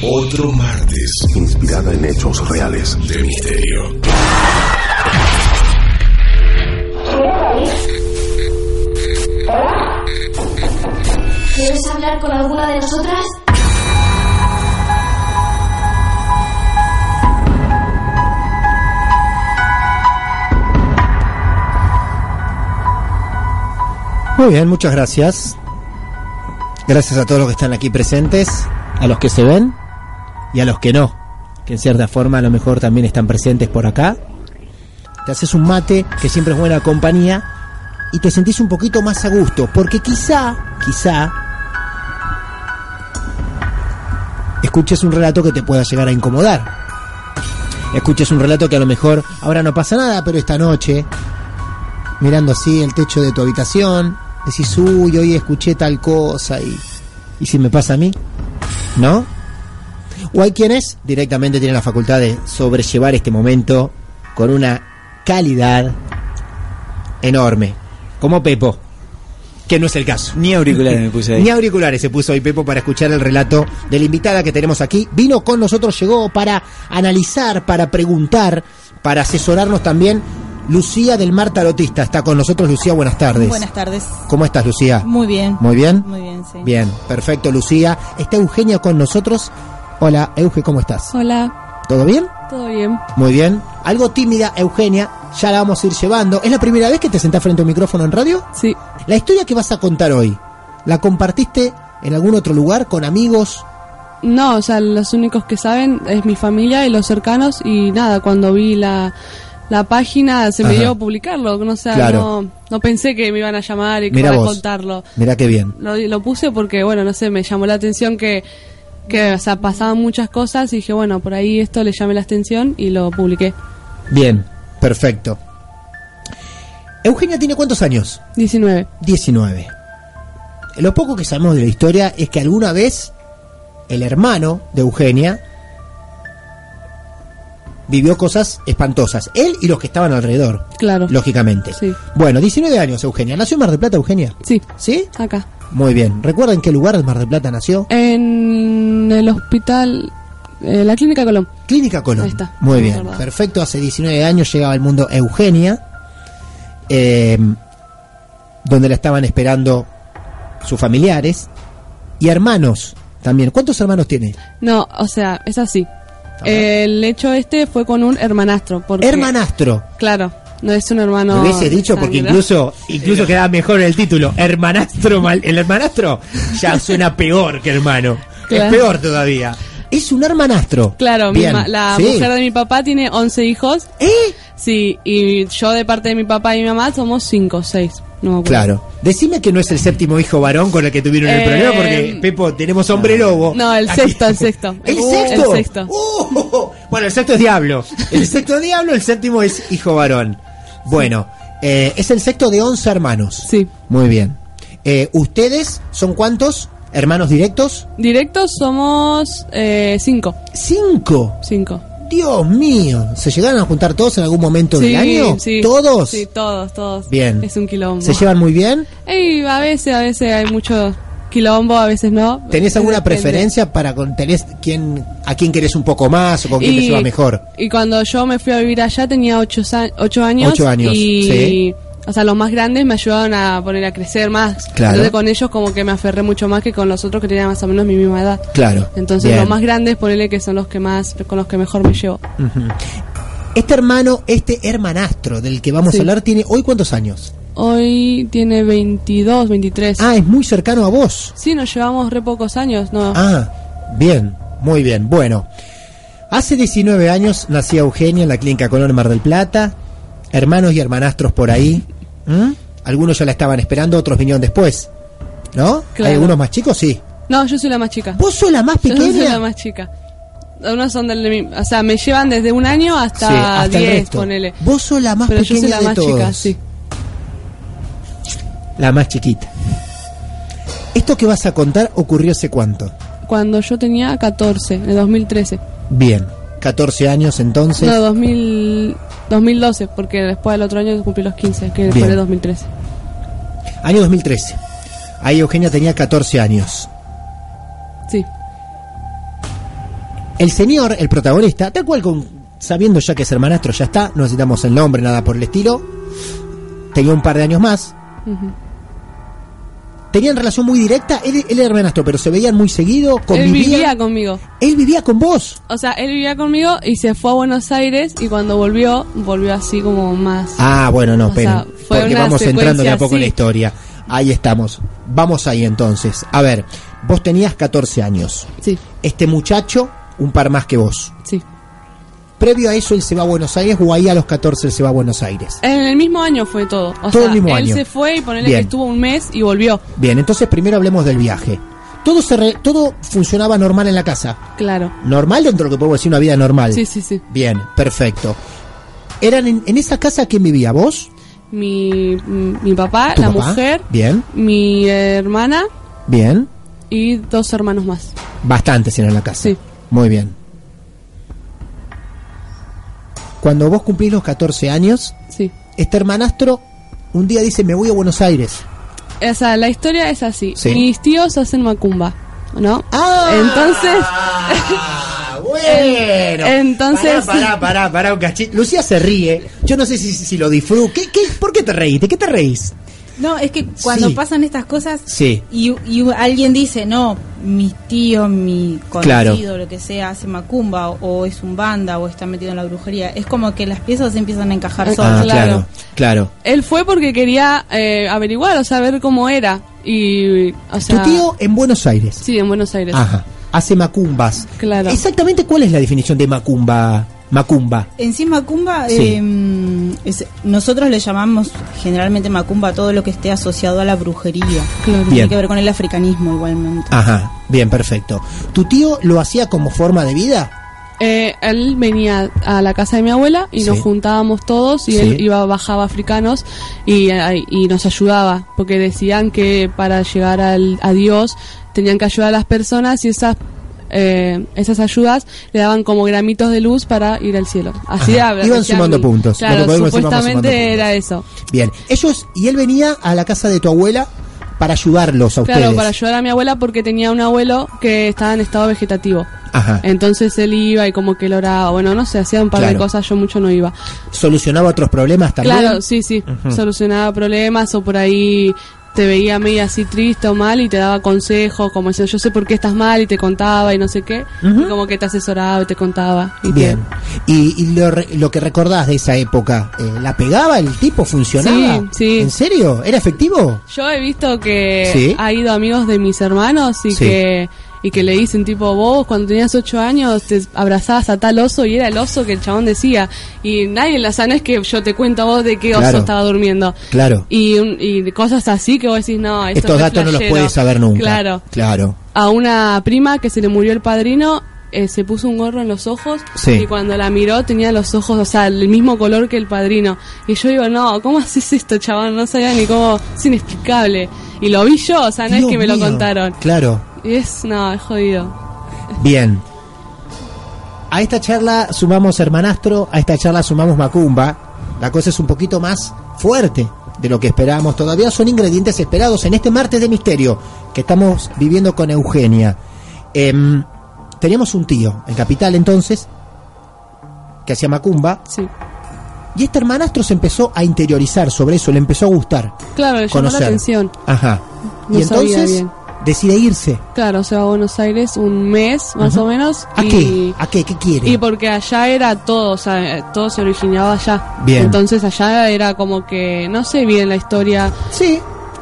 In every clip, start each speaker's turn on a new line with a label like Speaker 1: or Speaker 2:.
Speaker 1: otro martes
Speaker 2: inspirada en hechos reales.
Speaker 1: de misterio.
Speaker 3: ¿Quieres hablar con alguna de nosotras?
Speaker 4: Muy bien, muchas gracias. Gracias a todos los que están aquí presentes, a los que se ven y a los que no, que en cierta forma a lo mejor también están presentes por acá. Te haces un mate, que siempre es buena compañía, y te sentís un poquito más a gusto, porque quizá, quizá, escuches un relato que te pueda llegar a incomodar. Escuches un relato que a lo mejor ahora no pasa nada, pero esta noche mirando así el techo de tu habitación, decís, uy, hoy escuché tal cosa y, y si me pasa a mí, ¿no? O hay quienes directamente tienen la facultad de sobrellevar este momento con una calidad enorme, como Pepo, que no es el caso.
Speaker 5: Ni auriculares me puse ahí.
Speaker 4: Ni auriculares se puso hoy Pepo para escuchar el relato de la invitada que tenemos aquí. Vino con nosotros, llegó para analizar, para preguntar, para asesorarnos también. Lucía del Mar Tarotista está con nosotros. Lucía, buenas tardes.
Speaker 6: Buenas tardes.
Speaker 4: ¿Cómo estás, Lucía?
Speaker 6: Muy bien.
Speaker 4: ¿Muy bien?
Speaker 6: Muy bien, sí.
Speaker 4: Bien, perfecto, Lucía. Está Eugenia con nosotros. Hola, Euge, ¿cómo estás?
Speaker 7: Hola,
Speaker 4: ¿Todo bien?
Speaker 7: todo bien.
Speaker 4: Muy bien. Algo tímida, Eugenia. Ya la vamos a ir llevando. ¿Es la primera vez que te sentás frente a un micrófono en radio?
Speaker 7: Sí,
Speaker 4: La historia que vas a contar hoy, ¿la compartiste en algún otro lugar con amigos?
Speaker 7: no, o sea, los únicos que saben es mi familia y los cercanos y nada, cuando vi la, la página se me
Speaker 4: Ajá.
Speaker 7: dio publicarlo, no, o sea,
Speaker 4: Claro.
Speaker 7: no, no pensé que me iban a llamar y que
Speaker 4: Mira
Speaker 7: para
Speaker 4: vos.
Speaker 7: contarlo.
Speaker 4: Mira qué bien.
Speaker 7: Lo, lo puse porque, bueno, no sé, me llamó la atención que, que, o sea, pasaban muchas cosas y dije, bueno, por ahí esto le llamé la atención y lo publiqué.
Speaker 4: Bien, perfecto. Eugenia tiene cuántos años?
Speaker 7: 19.
Speaker 4: 19. Lo poco que sabemos de la historia es que alguna vez el hermano de Eugenia vivió cosas espantosas. Él y los que estaban alrededor,
Speaker 7: Claro.
Speaker 4: lógicamente.
Speaker 7: Sí.
Speaker 4: Bueno, 19 años, Eugenia. ¿Nació en Mar del Plata, Eugenia?
Speaker 7: Sí,
Speaker 4: ¿Sí?
Speaker 7: acá.
Speaker 4: Muy bien. ¿Recuerda en qué lugar de Mar del Plata nació?
Speaker 7: En el hospital, eh, la clínica Colón.
Speaker 4: Clínica Colón.
Speaker 7: Ahí está.
Speaker 4: Muy
Speaker 7: Me
Speaker 4: bien,
Speaker 7: acordaba.
Speaker 4: perfecto. Hace 19 años llegaba al mundo Eugenia, eh, donde la estaban esperando sus familiares y hermanos también. ¿Cuántos hermanos tiene?
Speaker 7: No, o sea, es así.
Speaker 4: ver.
Speaker 7: El hecho este fue con un hermanastro. Porque,
Speaker 4: Hermanastro.
Speaker 7: Claro, no es un hermano.
Speaker 4: Lo hubiese
Speaker 7: de
Speaker 4: dicho porque
Speaker 7: sangre.
Speaker 4: incluso incluso quedaba mejor el título. Hermanastro, mal, el hermanastro ya suena peor que hermano. Es
Speaker 7: Claro.
Speaker 4: peor todavía. Es un hermanastro.
Speaker 7: Claro, mi
Speaker 4: Bien.
Speaker 7: ma- la
Speaker 4: Sí.
Speaker 7: mujer de mi papá tiene 11 hijos.
Speaker 4: ¿Eh?
Speaker 7: Sí, y yo de parte de mi papá y mi mamá somos 5 o 6. No me acuerdo.
Speaker 4: Claro. Decime que no es el séptimo hijo varón con el que tuvieron el
Speaker 7: Eh,
Speaker 4: problema, porque, Pepo, tenemos hombre lobo.
Speaker 7: No, el
Speaker 4: Aquí-
Speaker 7: sexto, el sexto.
Speaker 4: ¿El
Speaker 7: Uh,
Speaker 4: sexto?
Speaker 7: el sexto.
Speaker 4: Uh, bueno, el sexto es diablo. El sexto es diablo, el séptimo es hijo varón. Bueno, eh, es el sexto de 11 hermanos.
Speaker 7: Sí.
Speaker 4: Muy bien. Eh, ¿Ustedes son cuántos? ¿Hermanos directos?
Speaker 7: Directos somos eh, 5.
Speaker 4: Cinco.
Speaker 7: 5.
Speaker 4: Dios mío. ¿Se llegaron a juntar todos en algún momento del año?
Speaker 7: sí.
Speaker 4: ¿Todos?
Speaker 7: Sí, todos, todos.
Speaker 4: Bien.
Speaker 7: Es un quilombo.
Speaker 4: ¿Se llevan muy bien?
Speaker 7: Ey, a veces, a veces hay mucho quilombo, a veces no.
Speaker 4: ¿Tenés alguna
Speaker 7: Depende.
Speaker 4: preferencia para con, tenés quién, a quién querés un poco más o con quién te lleva mejor?
Speaker 7: Y cuando yo me fui a vivir allá tenía 8 ocho, sa- ocho años.
Speaker 4: Ocho años,
Speaker 7: Y,
Speaker 4: sí.
Speaker 7: o sea, los más grandes me ayudaron a poner a crecer más.
Speaker 4: Claro.
Speaker 7: Entonces con ellos como que me aferré mucho más que con los otros que tenían más o menos mi misma edad.
Speaker 4: Claro.
Speaker 7: Entonces
Speaker 4: Bien.
Speaker 7: los más grandes ponele que son los que más, con los que mejor me llevo.
Speaker 4: Ujú. Este hermano, este hermanastro del que vamos
Speaker 7: Sí.
Speaker 4: a hablar, tiene hoy cuántos años?
Speaker 7: Hoy tiene 22, 23.
Speaker 4: Ah, es muy cercano a vos.
Speaker 7: Sí, nos llevamos re pocos años, no.
Speaker 4: Ah, bien, muy bien. Bueno, hace 19 años nacía Eugenia en la clínica Colón Mar del Plata. Hermanos y hermanastros por ahí. ¿Mm? Algunos ya la estaban esperando, otros vinieron después. ¿No?
Speaker 7: Claro.
Speaker 4: ¿Hay algunos más chicos? Sí.
Speaker 7: No, yo soy la más chica.
Speaker 4: ¿Vos sos la más
Speaker 7: Yo
Speaker 4: pequeña?
Speaker 7: soy la más chica. Unos son del mi- o sea, me llevan desde un año
Speaker 4: Sí,
Speaker 7: hasta
Speaker 4: hasta el
Speaker 7: 10,
Speaker 4: resto.
Speaker 7: ponele.
Speaker 4: Vos sos la más
Speaker 7: Pero yo
Speaker 4: pequeña
Speaker 7: soy la
Speaker 4: de
Speaker 7: más
Speaker 4: todos.
Speaker 7: chica, sí.
Speaker 4: La más chiquita. Esto que vas a contar ocurrió hace cuánto?
Speaker 7: Cuando yo tenía 14, en el 2013.
Speaker 4: Bien, 14 años entonces.
Speaker 7: No, 2000, 2012, porque después del otro año cumplí los 15, que
Speaker 4: Bien.
Speaker 7: fue el 2013.
Speaker 4: Año 2013. Ahí Eugenia tenía 14 años.
Speaker 7: Sí.
Speaker 4: El señor, el protagonista, tal cual con, sabiendo ya que es hermanastro, ya está, no necesitamos el nombre, nada por el estilo, tenía un par de años más.
Speaker 7: Ujú.
Speaker 4: Tenían relación muy directa, él, él era hermanastro, pero se veían muy seguido,
Speaker 7: Él
Speaker 4: convivían.
Speaker 7: vivía conmigo.
Speaker 4: Él vivía con vos.
Speaker 7: O sea, él vivía conmigo y se fue a Buenos Aires y cuando volvió, volvió así como más...
Speaker 4: Ah, bueno, no,
Speaker 7: O
Speaker 4: pero
Speaker 7: sea, fue
Speaker 4: porque
Speaker 7: una
Speaker 4: vamos entrando de a
Speaker 7: secuencia
Speaker 4: poco en la
Speaker 7: así.
Speaker 4: historia. Ahí estamos. Vamos ahí entonces. A ver, vos tenías 14 años.
Speaker 7: Sí,
Speaker 4: Este muchacho, un par más que vos.
Speaker 7: sí.
Speaker 4: Previo a eso él se va a Buenos Aires o ahí a los 14 él se va a Buenos Aires.
Speaker 7: En el mismo año fue todo. O
Speaker 4: Todo el
Speaker 7: sea,
Speaker 4: mismo
Speaker 7: él
Speaker 4: año.
Speaker 7: se fue y ponele
Speaker 4: Bien.
Speaker 7: que estuvo un mes y volvió.
Speaker 4: Bien, entonces primero hablemos del viaje. Todo, se re- todo funcionaba normal en la casa.
Speaker 7: Claro.
Speaker 4: Normal dentro de lo que podemos decir una vida normal.
Speaker 7: Sí, sí, sí.
Speaker 4: Bien, perfecto. Eran en, en esa casa quién vivía, vos,
Speaker 7: Mi, mi papá,
Speaker 4: ¿Tu
Speaker 7: la
Speaker 4: papá?
Speaker 7: mujer,
Speaker 4: Bien,
Speaker 7: mi hermana
Speaker 4: bien.
Speaker 7: y dos hermanos más.
Speaker 4: Bastantes eran en la casa.
Speaker 7: Sí.
Speaker 4: Muy bien. Cuando vos cumplís los 14 años,
Speaker 7: Sí.
Speaker 4: este hermanastro un día dice me voy a Buenos Aires.
Speaker 7: O sea, la historia es así.
Speaker 4: Sí.
Speaker 7: Mis tíos hacen macumba, ¿no?
Speaker 4: Ah,
Speaker 7: Entonces,
Speaker 4: bueno.
Speaker 7: Entonces-
Speaker 4: Pará, pará, pará, pará un cachito. Lucía se ríe. Yo no sé si, si lo disfruto. ¿Qué, qué, por qué te reíste? ¿Qué te reís?
Speaker 5: No, es que cuando
Speaker 4: Sí.
Speaker 5: pasan estas cosas
Speaker 4: Sí.
Speaker 5: y, y alguien dice, no, mi tío, mi
Speaker 4: Claro.
Speaker 5: conocido, lo que sea, hace macumba o, o es un banda o está metido en la brujería, es como que las piezas se empiezan a encajar
Speaker 4: Eh.
Speaker 7: Ah,
Speaker 5: solas.
Speaker 7: claro.
Speaker 4: claro.
Speaker 7: él fue porque quería eh, averiguar, o sea, ver cómo era. Y, o sea,
Speaker 4: tu tío en Buenos Aires.
Speaker 7: Sí, en Buenos Aires.
Speaker 4: Ajá. Hace macumbas.
Speaker 7: Claro.
Speaker 4: Exactamente, ¿cuál es la definición de macumba? Macumba.
Speaker 5: En sí, Macumba,
Speaker 4: Sí.
Speaker 5: eh, es- nosotros le llamamos generalmente Macumba a todo lo que esté asociado a la brujería.
Speaker 7: Claro.
Speaker 4: Bien.
Speaker 5: Tiene que ver con el africanismo igualmente.
Speaker 4: Ajá. Bien, perfecto. ¿Tu tío lo hacía como forma de vida?
Speaker 7: Eh, él venía a la casa de mi abuela y
Speaker 4: Sí.
Speaker 7: nos juntábamos todos y
Speaker 4: Sí.
Speaker 7: él iba bajaba africanos y, eh, y nos ayudaba porque decían que para llegar al, a Dios tenían que ayudar a las personas y esas eh, esas ayudas le daban como gramitos de luz para ir al cielo. Así
Speaker 4: Ajá.
Speaker 7: habla-
Speaker 4: Iban
Speaker 7: decían-
Speaker 4: sumando puntos. Lo
Speaker 7: Claro,
Speaker 4: que podemos decir, vamos
Speaker 7: supuestamente
Speaker 4: sumando
Speaker 7: era
Speaker 4: puntos.
Speaker 7: eso.
Speaker 4: Bien. Ellos, y él venía a la casa de tu abuela para ayudarlos a
Speaker 7: Claro,
Speaker 4: ustedes.
Speaker 7: para ayudar a mi abuela porque tenía un abuelo que estaba en estado vegetativo.
Speaker 4: Ajá.
Speaker 7: Entonces él iba y como que él oraba, bueno, no sé, hacía un par
Speaker 4: Ah. Claro.
Speaker 7: de cosas, yo mucho no iba.
Speaker 4: solucionaba otros problemas también.
Speaker 7: Claro, sí, sí. Solucionaba problemas o por ahí te veía medio así triste o mal y te daba consejos, como decía, yo sé por qué estás mal y te contaba y no sé qué.
Speaker 4: Ujú.
Speaker 7: Y como que te asesoraba y te contaba. Y
Speaker 4: Bien. Y, y lo, re- lo que recordás de esa época, eh, ¿la pegaba el tipo? ¿Funcionaba?
Speaker 7: Sí, sí.
Speaker 4: ¿En serio? ¿Era efectivo?
Speaker 7: te- Yo he visto que
Speaker 4: Sí.
Speaker 7: ha ido amigos de mis hermanos y
Speaker 4: Sí.
Speaker 7: que y que le dicen tipo vos cuando tenías ocho años te abrazabas a tal oso y era el oso que el chabón decía y nadie la sana es que yo te cuento a vos de qué oso
Speaker 4: Claro.
Speaker 7: estaba durmiendo
Speaker 4: Claro.
Speaker 7: y, un- y cosas así que vos decís no esto
Speaker 4: Estos
Speaker 7: es
Speaker 4: datos no los
Speaker 7: flashero".
Speaker 4: puedes saber nunca.
Speaker 7: claro
Speaker 4: Claro.
Speaker 7: a una prima que se le murió el padrino, eh, se puso un gorro en los ojos
Speaker 4: Sí.
Speaker 7: y cuando la miró tenía los ojos, o sea, el mismo color que el padrino. Y yo digo, no, ¿cómo haces esto, chabón? No sabía ni cómo, es inexplicable. Y lo vi yo, o sea, Ah, no
Speaker 4: Dios
Speaker 7: es que me lo
Speaker 4: mío.
Speaker 7: contaron.
Speaker 4: Claro.
Speaker 7: Y es, no, es jodido.
Speaker 4: Bien. A esta charla sumamos hermanastro, a esta charla sumamos macumba. La cosa es un poquito más fuerte de lo que esperábamos. Todavía son ingredientes esperados en este martes de misterio que estamos viviendo con Eugenia. Em, teníamos un tío en Capital entonces que hacía macumba
Speaker 7: Sí,
Speaker 4: Y este hermanastro se empezó a interiorizar sobre eso, le empezó a gustar.
Speaker 7: Claro, le llamó la
Speaker 4: conocer.
Speaker 7: atención.
Speaker 4: Ajá.
Speaker 7: No
Speaker 4: y
Speaker 7: sabía
Speaker 4: entonces
Speaker 7: bien.
Speaker 4: decide irse.
Speaker 7: Claro, se va a Buenos Aires un mes más
Speaker 4: Ajá.
Speaker 7: o menos.
Speaker 4: ¿A
Speaker 7: y,
Speaker 4: qué? ¿A qué? ¿Qué quiere?
Speaker 7: Y porque allá era todo, o sea, eh, todo se originaba allá.
Speaker 4: Bien.
Speaker 7: Entonces allá era como que no sé bien la historia.
Speaker 4: Sí.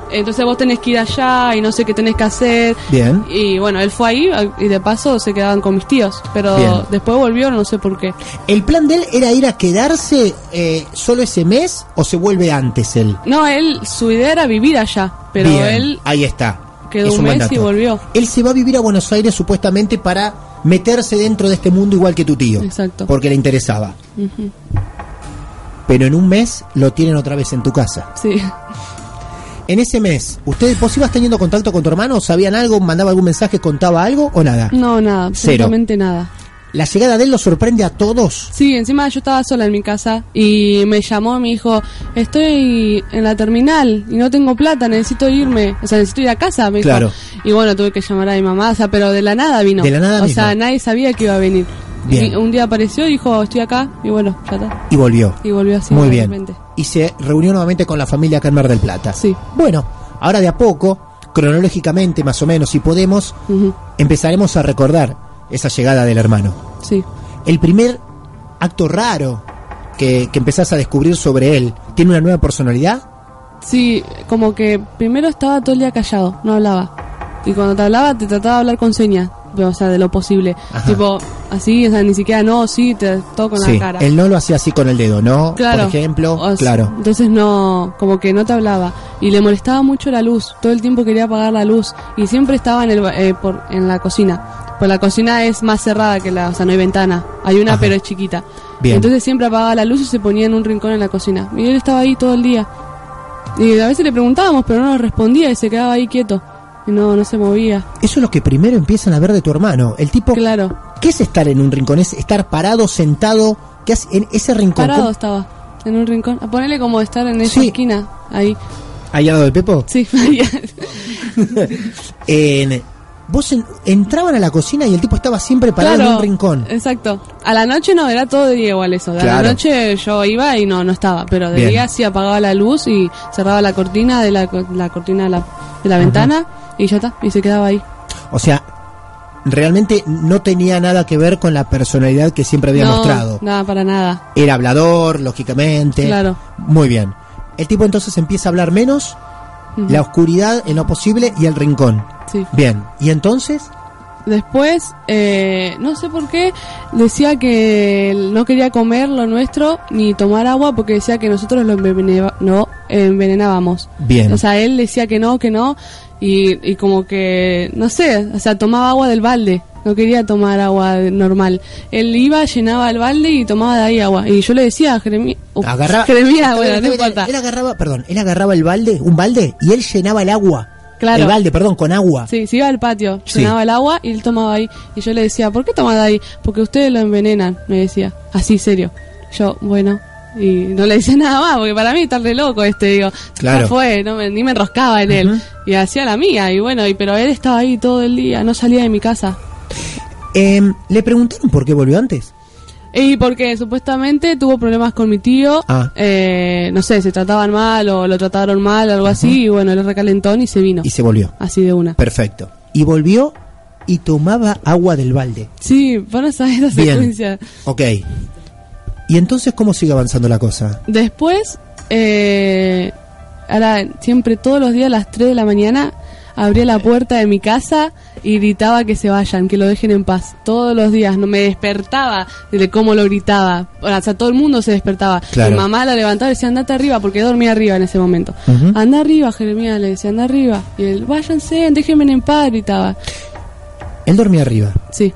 Speaker 7: Entonces vos tenés que ir allá y no sé qué tenés que hacer.
Speaker 4: Bien.
Speaker 7: Y bueno, él fue ahí a- y de paso se quedaban con mis tíos. Pero
Speaker 4: Bien.
Speaker 7: después volvió, no sé por qué.
Speaker 4: ¿El plan de él era ir a quedarse eh, solo ese mes o se vuelve antes él?
Speaker 7: No, él, su idea era vivir allá. Pero
Speaker 4: Bien, Ah.
Speaker 7: él
Speaker 4: Ahí está.
Speaker 7: quedó un
Speaker 4: buen
Speaker 7: mes y
Speaker 4: dato.
Speaker 7: volvió.
Speaker 4: Él se va a vivir a Buenos Aires supuestamente para meterse dentro de este mundo igual que tu tío.
Speaker 7: Exacto.
Speaker 4: Porque le interesaba.
Speaker 7: Ujú.
Speaker 4: Pero en un mes lo tienen otra vez en tu casa.
Speaker 7: Sí.
Speaker 4: En ese mes, ¿ustedes, vos ibas teniendo contacto con tu hermano? ¿Sabían algo? ¿Mandaba algún mensaje? ¿Contaba algo o nada?
Speaker 7: No, nada,
Speaker 4: Cero.
Speaker 7: absolutamente nada.
Speaker 4: La llegada de él lo sorprende a todos.
Speaker 7: Sí, encima yo estaba sola en mi casa y me llamó y me dijo, estoy en la terminal y no tengo plata, necesito irme, o sea, necesito ir a casa, me dijo.
Speaker 4: Claro.
Speaker 7: Y bueno, tuve que llamar a mi mamá, o sea, pero de la nada vino.
Speaker 4: De la nada
Speaker 7: O
Speaker 4: mismo.
Speaker 7: sea, nadie sabía que iba a venir.
Speaker 4: Bien.
Speaker 7: Y un día apareció y dijo, estoy acá, y bueno, ya está.
Speaker 4: Y volvió.
Speaker 7: Y volvió así.
Speaker 4: Muy
Speaker 7: de
Speaker 4: bien.
Speaker 7: repente.
Speaker 4: Y se reunió nuevamente con la familia acá en Mar del Plata.
Speaker 7: Sí.
Speaker 4: Bueno, ahora de a poco, cronológicamente más o menos, si podemos,
Speaker 7: Ujú,
Speaker 4: empezaremos a recordar esa llegada del hermano.
Speaker 7: Sí.
Speaker 4: El primer acto raro que, que empezás a descubrir sobre él, ¿tiene una nueva personalidad?
Speaker 7: Sí, como que primero estaba todo el día callado, no hablaba. Y cuando te hablaba, te trataba de hablar con señas, o sea, de lo posible.
Speaker 4: Ajá.
Speaker 7: Tipo, así, o sea, ni siquiera no, sí, te todo con la cara.
Speaker 4: él no lo hacía así con el dedo, ¿no?
Speaker 7: Claro.
Speaker 4: Por ejemplo,
Speaker 7: O sea,
Speaker 4: claro.
Speaker 7: Entonces no, como que no te hablaba. Y le molestaba mucho la luz. Todo el tiempo quería apagar la luz. Y siempre estaba en, el, ba- eh, por, en la cocina. Pues la cocina es más cerrada que la, o sea, no hay ventana. Hay una,
Speaker 4: Ajá.
Speaker 7: pero es chiquita.
Speaker 4: Bien.
Speaker 7: Entonces siempre apagaba la luz y se ponía en un rincón en la cocina. Y él estaba ahí todo el día. Y a veces le preguntábamos, pero no nos respondía y se quedaba ahí quieto. Y no, no se movía.
Speaker 4: Eso es lo que primero empiezan a ver de tu hermano. El tipo,
Speaker 7: Claro.
Speaker 4: ¿qué es estar en un rincón? Es estar parado, sentado, ¿qué hace en ese rincón?
Speaker 7: Parado
Speaker 4: ¿Cómo-
Speaker 7: estaba. En un rincón. A ponerle como estar en esa
Speaker 4: Sí.
Speaker 7: esquina. Ahí.
Speaker 4: ¿Ahí al lado del Pepo?
Speaker 7: Sí.
Speaker 4: En- vos en- entraban a la cocina y el tipo estaba siempre parado en un rincón.
Speaker 7: Exacto. A la noche no, era todo de día igual eso. A
Speaker 4: Claro.
Speaker 7: la noche yo iba y no, no estaba. Pero de
Speaker 4: Bien.
Speaker 7: día sí apagaba la luz y cerraba la cortina de la, co- la cortina de la, de la ventana y ya está. Y se quedaba ahí.
Speaker 4: O sea, realmente no tenía nada que ver con la personalidad que siempre había
Speaker 7: no,
Speaker 4: mostrado.
Speaker 7: Nada, para nada.
Speaker 4: Era hablador, lógicamente.
Speaker 7: Claro.
Speaker 4: Muy bien. El tipo entonces empieza a hablar menos,
Speaker 7: Ujú.
Speaker 4: la oscuridad en lo posible y el rincón.
Speaker 7: Sí.
Speaker 4: Bien. ¿Y entonces?
Speaker 7: Después, eh, no sé por qué, decía que él no quería comer lo nuestro ni tomar agua porque decía que nosotros lo envenenaba- no, envenenábamos.
Speaker 4: Bien.
Speaker 7: O sea, él decía que no, que no, y, y como que, no sé, o sea, tomaba agua del balde, no quería tomar agua normal. Él iba, llenaba el balde y tomaba de ahí agua. Y yo le decía, Jeremía,
Speaker 4: agarraba.
Speaker 7: Jeremía, bueno,
Speaker 4: Él-
Speaker 7: no
Speaker 4: él-
Speaker 7: importa.
Speaker 4: Él agarraba, perdón, él agarraba el balde, un balde, y él llenaba el agua.
Speaker 7: Claro.
Speaker 4: El balde, perdón, con agua.
Speaker 7: Sí, se iba al patio,
Speaker 4: Sí.
Speaker 7: llenaba el agua y él tomaba ahí. Y yo le decía, ¿por qué tomas de ahí? Porque ustedes lo envenenan, me decía. Así, serio. Yo, bueno. Y no le decía nada más, porque para mí está re loco este, digo.
Speaker 4: Claro.
Speaker 7: Ya fue, no me- ni me enroscaba en él.
Speaker 4: Ujú.
Speaker 7: Y hacía la mía, y bueno, y pero él estaba ahí todo el día, no salía de mi casa.
Speaker 4: Em, ¿Le preguntaron por qué volvió antes?
Speaker 7: Y porque supuestamente tuvo problemas con mi tío,
Speaker 4: Ah.
Speaker 7: eh, no sé, se trataban mal o lo trataron mal, algo así, y bueno, le recalentón y se vino.
Speaker 4: Y se volvió.
Speaker 7: Así de una.
Speaker 4: Perfecto. Y volvió y tomaba agua del balde.
Speaker 7: Sí, vos no sabés la secuencia.
Speaker 4: Ok. ¿Y entonces cómo sigue avanzando la cosa?
Speaker 7: Después, eh, ahora siempre todos los días a las 3 de la mañana abría la puerta de mi casa y gritaba que se vayan, que lo dejen en paz. Todos los días, no me despertaba de cómo lo gritaba. O sea, todo el mundo se despertaba.
Speaker 4: Claro.
Speaker 7: Mi mamá la levantaba y decía, andate arriba, porque dormía arriba en ese momento.
Speaker 4: Ujú.
Speaker 7: Anda arriba, Jeremías, le decía, anda arriba. Y él, váyanse, déjenme en paz, gritaba.
Speaker 4: Él dormía arriba.
Speaker 7: Sí,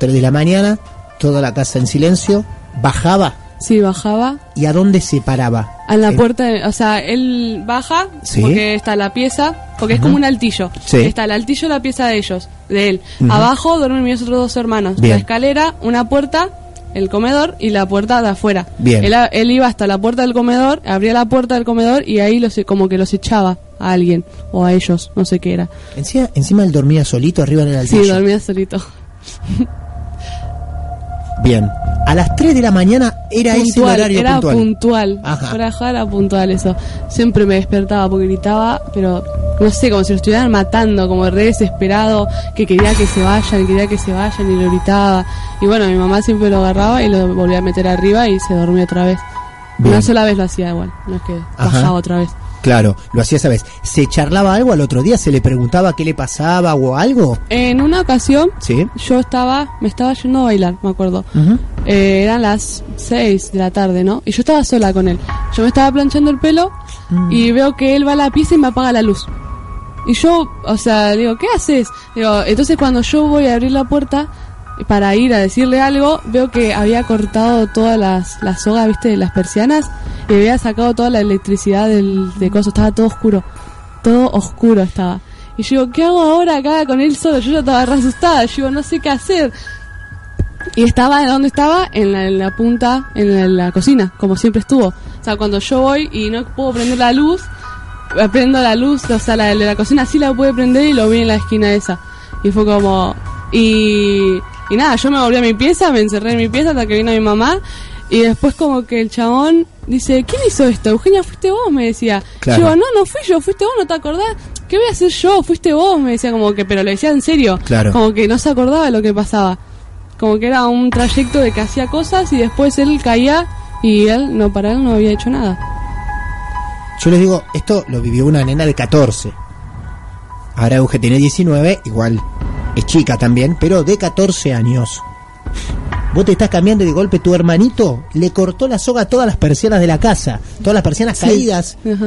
Speaker 4: 3 de la mañana, toda la casa en silencio, bajaba.
Speaker 7: sí, bajaba.
Speaker 4: ¿Y a dónde se paraba?
Speaker 7: A la
Speaker 4: Eh,
Speaker 7: puerta, de- o sea, él baja
Speaker 4: Sí.
Speaker 7: porque está la pieza, porque es como un altillo.
Speaker 4: Sí.
Speaker 7: Está el altillo y la pieza de ellos, de él. Abajo duermen mis otros dos hermanos.
Speaker 4: Bien.
Speaker 7: La escalera, una puerta, el comedor y la puerta de afuera.
Speaker 4: Bien.
Speaker 7: Él, a- él iba hasta la puerta del comedor, abría la puerta del comedor y ahí los, como que los echaba a alguien o a ellos, no sé qué era.
Speaker 4: Encima, encima él dormía solito arriba en el
Speaker 7: Sí,
Speaker 4: altillo.
Speaker 7: dormía solito.
Speaker 4: Bien. A las 3 de la mañana era ese el
Speaker 7: puntual,
Speaker 4: horario
Speaker 7: era
Speaker 4: puntual.
Speaker 7: puntual.
Speaker 4: Ajá.
Speaker 7: Para jugar era puntual eso. Siempre me despertaba porque gritaba, pero no sé, como si lo estuvieran matando, como re desesperado, que quería que se vayan, quería que se vayan y lo gritaba. Y bueno, mi mamá siempre lo agarraba y lo volvía a meter arriba y se dormía otra vez.
Speaker 4: Bien.
Speaker 7: Una sola vez lo hacía igual, no es que
Speaker 4: Ajá.
Speaker 7: bajaba otra vez.
Speaker 4: Claro, lo hacía esa vez. ¿Se charlaba algo al otro día? ¿Se le preguntaba qué le pasaba o algo?
Speaker 7: En una ocasión
Speaker 4: Sí.
Speaker 7: yo estaba, me estaba yendo a bailar, me acuerdo.
Speaker 4: Ujú.
Speaker 7: Eh, eran las 6 de la tarde, ¿no? Y yo estaba sola con él. Yo me estaba planchando el pelo y veo que él va a la pieza y me apaga la luz. Y yo, o sea, digo, ¿qué haces? Digo, entonces cuando yo voy a abrir la puerta para ir a decirle algo, veo que había cortado todas las, las sogas, viste, de las persianas y había sacado toda la electricidad del de coso, estaba todo oscuro, todo oscuro estaba. Y yo digo, ¿qué hago ahora acá con él solo? Yo ya estaba re asustada, yo digo, no sé qué hacer. Y estaba, ¿dónde estaba? En la, en la punta, en la, en la cocina, como siempre estuvo. O sea, cuando yo voy y no puedo prender la luz, eh, prendo la luz, o sea, la de la cocina sí la pude prender y lo vi en la esquina esa. Y fue como... Y, y nada, yo me volví a mi pieza, me encerré en mi pieza hasta que vino mi mamá. Y después como que el chabón dice, ¿quién hizo esto? Eugenia, fuiste vos, me decía.
Speaker 4: Claro.
Speaker 7: Yo, no, no fui yo, fuiste vos, no te acordás. ¿Qué voy a hacer yo? Fuiste vos, me decía como que, pero lo decía en serio.
Speaker 4: Claro.
Speaker 7: Como que no se acordaba de lo que pasaba. Como que era un trayecto de que hacía cosas y después él caía y él, no, para él no había hecho nada.
Speaker 4: Yo les digo, esto lo vivió una nena de 14. Ahora Euge tiene 19, igual es chica también, pero de 14 años. Vos te estás cambiando y de golpe tu hermanito le cortó la soga a todas las persianas de la casa, todas las persianas caídas,
Speaker 7: Ajá.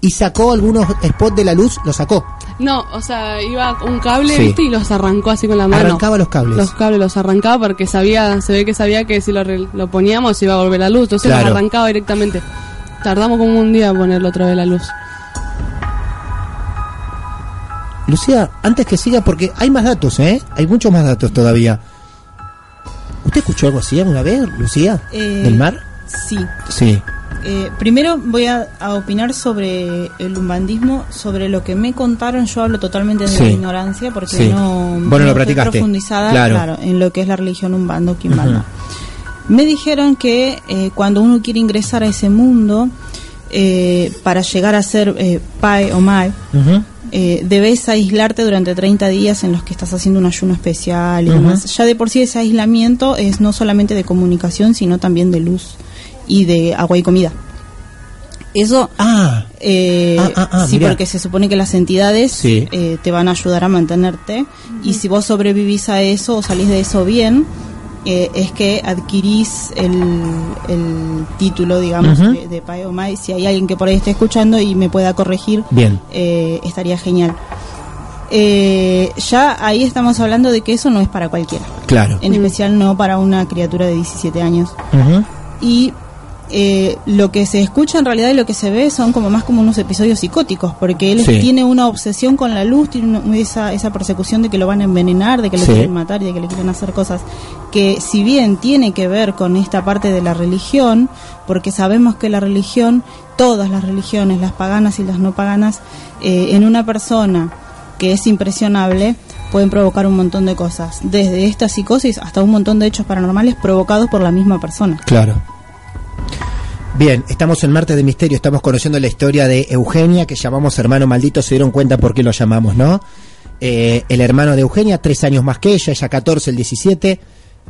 Speaker 4: y sacó algunos spots de la luz, lo sacó.
Speaker 7: No, o sea, iba un cable,
Speaker 4: Sí.
Speaker 7: viste, y los arrancó así con la mano.
Speaker 4: Arrancaba los cables.
Speaker 7: Los cables los arrancaba porque sabía, se ve que sabía que si lo, re- lo poníamos iba a volver la luz, entonces
Speaker 4: Claro.
Speaker 7: los arrancaba directamente. Tardamos como un día en ponerlo otra vez la luz.
Speaker 4: Lucía, antes que siga, porque hay más datos, ¿eh? Hay muchos más datos todavía. ¿Usted escuchó algo así alguna vez, Lucía?
Speaker 5: Eh,
Speaker 4: ¿Del mar?
Speaker 5: Sí.
Speaker 4: Sí.
Speaker 5: Eh, primero voy a, a opinar sobre el umbandismo, sobre lo que me contaron. Yo hablo totalmente de
Speaker 4: Sí.
Speaker 5: la ignorancia porque
Speaker 4: Sí.
Speaker 5: no,
Speaker 4: Vos no lo
Speaker 5: estoy
Speaker 4: practicaste.
Speaker 5: profundizada
Speaker 4: Claro.
Speaker 5: claro. en lo que es la religión umbando quimbanda. Me dijeron que eh, cuando uno quiere ingresar a ese mundo eh, para llegar a ser eh, pai o mai,
Speaker 4: Ujú.
Speaker 5: eh, debes aislarte durante 30 días en los que estás haciendo un ayuno especial y demás. Ya de por sí ese aislamiento es no solamente de comunicación, sino también de luz y de agua y comida. Eso,
Speaker 4: Ah,
Speaker 5: eh,
Speaker 4: Ah, ah, ah,
Speaker 5: sí,
Speaker 4: mirá.
Speaker 5: porque se supone que las entidades
Speaker 4: Sí.
Speaker 5: eh, te van a ayudar a mantenerte y si vos sobrevivís a eso o salís de eso bien, eh, es que adquirís el, el título, digamos,
Speaker 4: Ujú.
Speaker 5: de, de Pai o Mai. Si hay alguien que por ahí esté escuchando y me pueda corregir,
Speaker 4: bien.
Speaker 5: eh, estaría genial. Eh, ya ahí estamos hablando de que eso no es para cualquiera,
Speaker 4: Claro.
Speaker 5: en especial no para una criatura de 17 años.
Speaker 4: Ujú.
Speaker 5: Y eh, lo que se escucha en realidad y lo que se ve son como más como unos episodios psicóticos, porque él
Speaker 4: Sí.
Speaker 5: tiene una obsesión con la luz, tiene una- esa, esa persecución de que lo van a envenenar, de que lo
Speaker 4: Sí.
Speaker 5: quieren matar y de que le quieren hacer cosas que si bien tiene que ver con esta parte de la religión, porque sabemos que la religión, todas las religiones, las paganas y las no paganas, eh, en una persona que es impresionable, pueden provocar un montón de cosas, desde esta psicosis hasta un montón de hechos paranormales provocados por la misma persona.
Speaker 4: Claro. Bien, estamos en Martes de Misterio, estamos conociendo la historia de Eugenia, que llamamos hermano maldito, se dieron cuenta por qué lo llamamos, ¿no? Eh, el hermano de Eugenia, tres años más que ella, ella 14, el 17,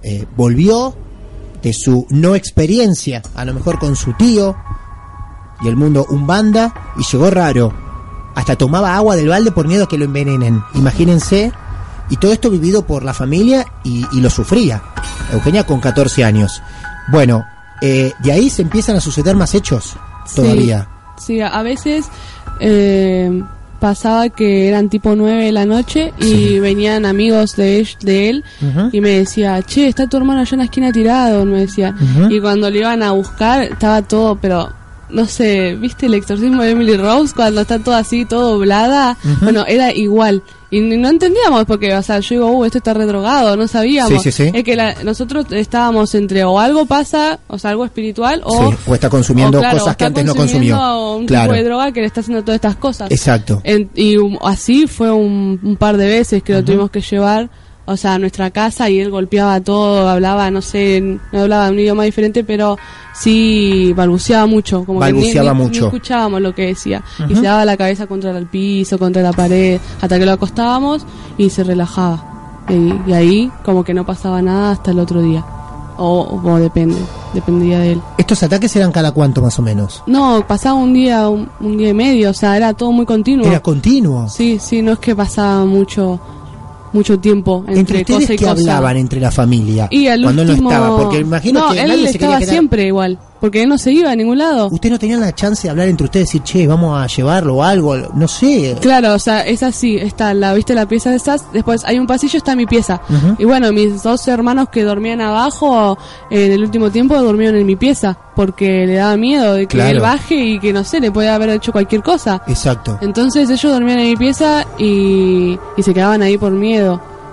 Speaker 4: eh, volvió de su no experiencia, a lo mejor con su tío y el mundo Umbanda, y llegó raro. Hasta tomaba agua del balde por miedo a que lo envenenen, imagínense. Y todo esto vivido por la familia y, y lo sufría. Eugenia con 14 años. Bueno, eh, de ahí se empiezan a suceder más hechos todavía.
Speaker 7: Sí, sí, a veces eh, pasaba que eran tipo 9 de la noche y venían amigos de, ell- de él
Speaker 4: Ujú.
Speaker 7: y me decía, che, está tu hermano allá en la esquina tirado, me decía.
Speaker 4: Ujú.
Speaker 7: Y cuando le iban a buscar estaba todo, pero no sé, ¿viste el exorcismo de Emily Rose cuando está todo así, todo doblada? Bueno, era igual. Y ni- no entendíamos porque, o sea, yo digo, uh, esto está redrogado, no sabíamos.
Speaker 4: Sí, sí, sí.
Speaker 7: Es que la- nosotros estábamos entre o algo pasa, o sea, algo espiritual, o
Speaker 4: Sí, o está consumiendo
Speaker 7: o, claro,
Speaker 4: cosas que
Speaker 7: está
Speaker 4: antes no
Speaker 7: consumiendo
Speaker 4: consumió.
Speaker 7: Un
Speaker 4: Claro.
Speaker 7: tipo de droga que le está haciendo todas estas cosas.
Speaker 4: Exacto.
Speaker 7: En- y um, así fue un, un par de veces que lo tuvimos que llevar. o sea, a nuestra casa y él golpeaba todo, hablaba, no sé, no hablaba un idioma diferente, pero sí balbuceaba mucho, como
Speaker 4: Balbuceaba
Speaker 7: que ni- ni-
Speaker 4: mucho.
Speaker 7: ni escuchábamos lo que decía. Y
Speaker 4: Ujú.
Speaker 7: se daba la cabeza contra el piso, contra la pared, hasta que lo acostábamos y se relajaba. Y, y ahí como que no pasaba nada hasta el otro día. O, o depende, dependía de él.
Speaker 4: ¿Estos ataques eran cada cuánto más o menos?
Speaker 7: No, pasaba un día, un, un día y medio, o sea, era todo muy continuo.
Speaker 4: ¿Era continuo?
Speaker 7: Sí, sí, no es que pasaba mucho mucho tiempo
Speaker 4: ¿Entre
Speaker 7: entre,
Speaker 4: ustedes
Speaker 7: cosa y
Speaker 4: qué
Speaker 7: cosa.
Speaker 4: hablaban entre la familia?
Speaker 7: Y al
Speaker 4: cuando él
Speaker 7: último-
Speaker 4: no estaba, porque imagino
Speaker 7: No,
Speaker 4: que
Speaker 7: él
Speaker 4: nadie se quería
Speaker 7: estaba
Speaker 4: quedar.
Speaker 7: siempre igual, porque él no se iba a ningún lado.
Speaker 4: Usted no tenía la chance de hablar entre ustedes, decir, che, vamos a llevarlo o algo, no sé.
Speaker 7: Claro, o sea, es así, está la, viste la pieza de esas, después hay un pasillo, está mi pieza.
Speaker 4: Ujú.
Speaker 7: Y bueno, mis dos hermanos que dormían abajo, eh, en el último tiempo dormieron en mi pieza, porque le daba miedo de que
Speaker 4: Claro.
Speaker 7: él baje y que no sé, le podía haber hecho cualquier cosa.
Speaker 4: Exacto.
Speaker 7: Entonces ellos dormían en mi pieza y, y se quedaban ahí por miedo.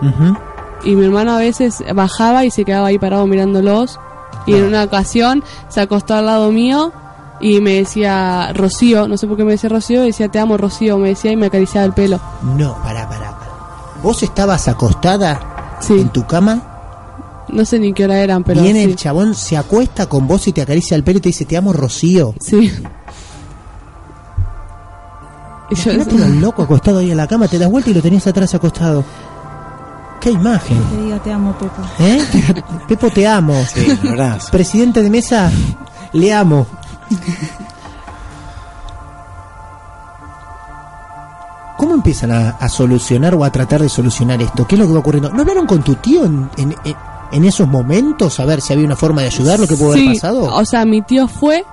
Speaker 4: Ujú.
Speaker 7: Y mi hermano a veces bajaba y se quedaba ahí parado mirándolos. Y en una ocasión se acostó al lado mío y me decía Rocío, no sé por qué me decía Rocío, decía te amo Rocío, me decía y me acariciaba el pelo.
Speaker 4: No, pará, pará, pará. ¿Vos estabas acostada
Speaker 7: Sí.
Speaker 4: en tu cama?
Speaker 7: No sé ni qué hora eran, pero
Speaker 4: viene
Speaker 7: sí.
Speaker 4: el chabón, se acuesta con vos y te acaricia el pelo y te dice, te amo Rocío.
Speaker 7: Sí. Y yo-
Speaker 4: Imagínate un loco acostado ahí en la cama, te das vuelta y lo tenías atrás acostado. Qué imagen.
Speaker 5: Te diga te amo, Pepo.
Speaker 4: ¿Eh? Pepo, te amo. Presidente de mesa, le amo. ¿Cómo empiezan a, a solucionar o a tratar de solucionar esto? ¿Qué es lo que va ocurriendo? ¿No hablaron con tu tío en, en- en- en esos momentos a ver si había una forma de ayudar lo que pudo
Speaker 7: Sí,
Speaker 4: haber pasado?
Speaker 7: O sea, mi tío fue.